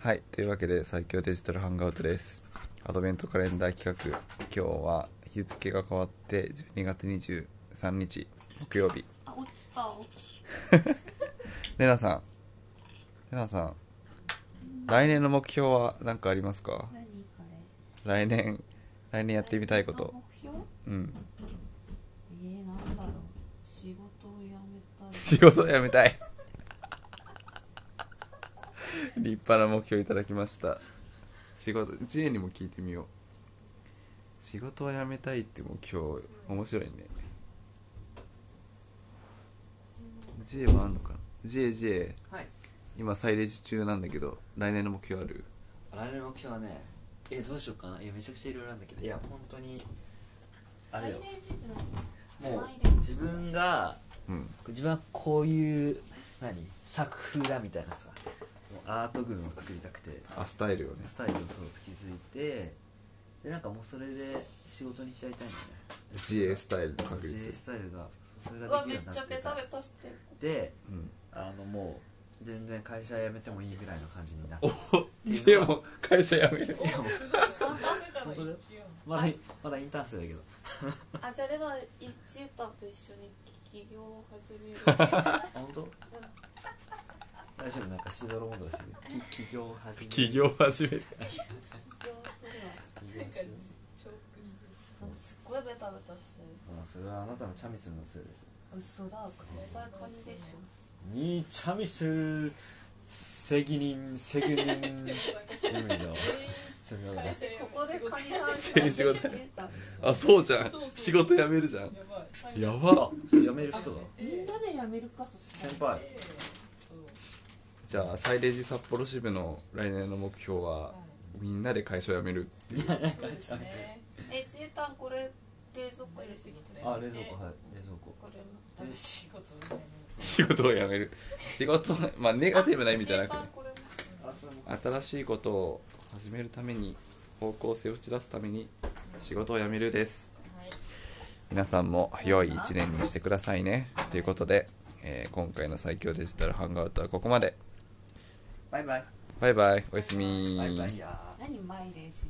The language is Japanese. はい、というわけで最強デジタルハンガーウトです。アドベントカレンダー企画、今日は日付が変わって12月23日木曜日。あ落ちた落ちレナさん、レナさん、来年の目標は何かありますか何これ来年、来年やってみたいこと。目標うん。えー、なんだろう仕事を辞めたい仕事辞めたい。 立派な目標いただきました。仕事、知恵にも聞いてみよう。仕事は辞めたいって目標、面白いね。知恵はあんのかな知恵知恵、はい今再レジ中なんだけど、来年の目標ある来年の目標はねえどうしようかないやめちゃくちゃいろいろなんだけどいや本当にあれよ最年時って何も最年う自分がうん。自分はこういう何作風だみたいなさもうアート群を作りたくてあ、スタイルよね。スタイルをそう築いてでなんかもうそれで仕事にしちゃいたいんだよね知恵スタイルの確 J ス率。タイルがそうそれうがわできるめっようになちゃってベいたタベタしてるでうん。あのもう全然会社辞めてもいいぐらいの感じになってお知恵も会社辞める。いやもう参加してたの本当だよ一応まだまだインターン生だけどあじゃあレナ一歌と一緒に起業を始めるあ本当大丈夫なんかしどろもどろしてるき起業を始める起業始める。起業するわ起業しよなんかすっごいベタベタしてるうもうそれはあなたのチャミスルのせいです嘘だ絶対カニでしょにチャミスル責任責 任意味のそれはここでカニ さん全員仕事あ、そうじゃん。仕事辞めるじゃん。やば。辞める人だみんなでやめるかそしたら先輩じゃあ、サイレージ札幌支部の来年の目標は、みんなで会社辞める。そうですね。え、ちえたん、これ、冷蔵庫入れてきて。あ冷蔵庫はい冷蔵庫これも。え仕事仕事を辞める。仕事、まあ、ネガティブな意味じゃなくちえたん、これも。あそれもて、新しいことを始めるために、方向性を打ち出すために、仕事を辞めるです。皆さんも良い一年にしてくださいね。ということで、えー今回の最強デジタルハンガーウッドはここまで。バイバイバイバイ、おやすみ。バイバイやー何マイレージって。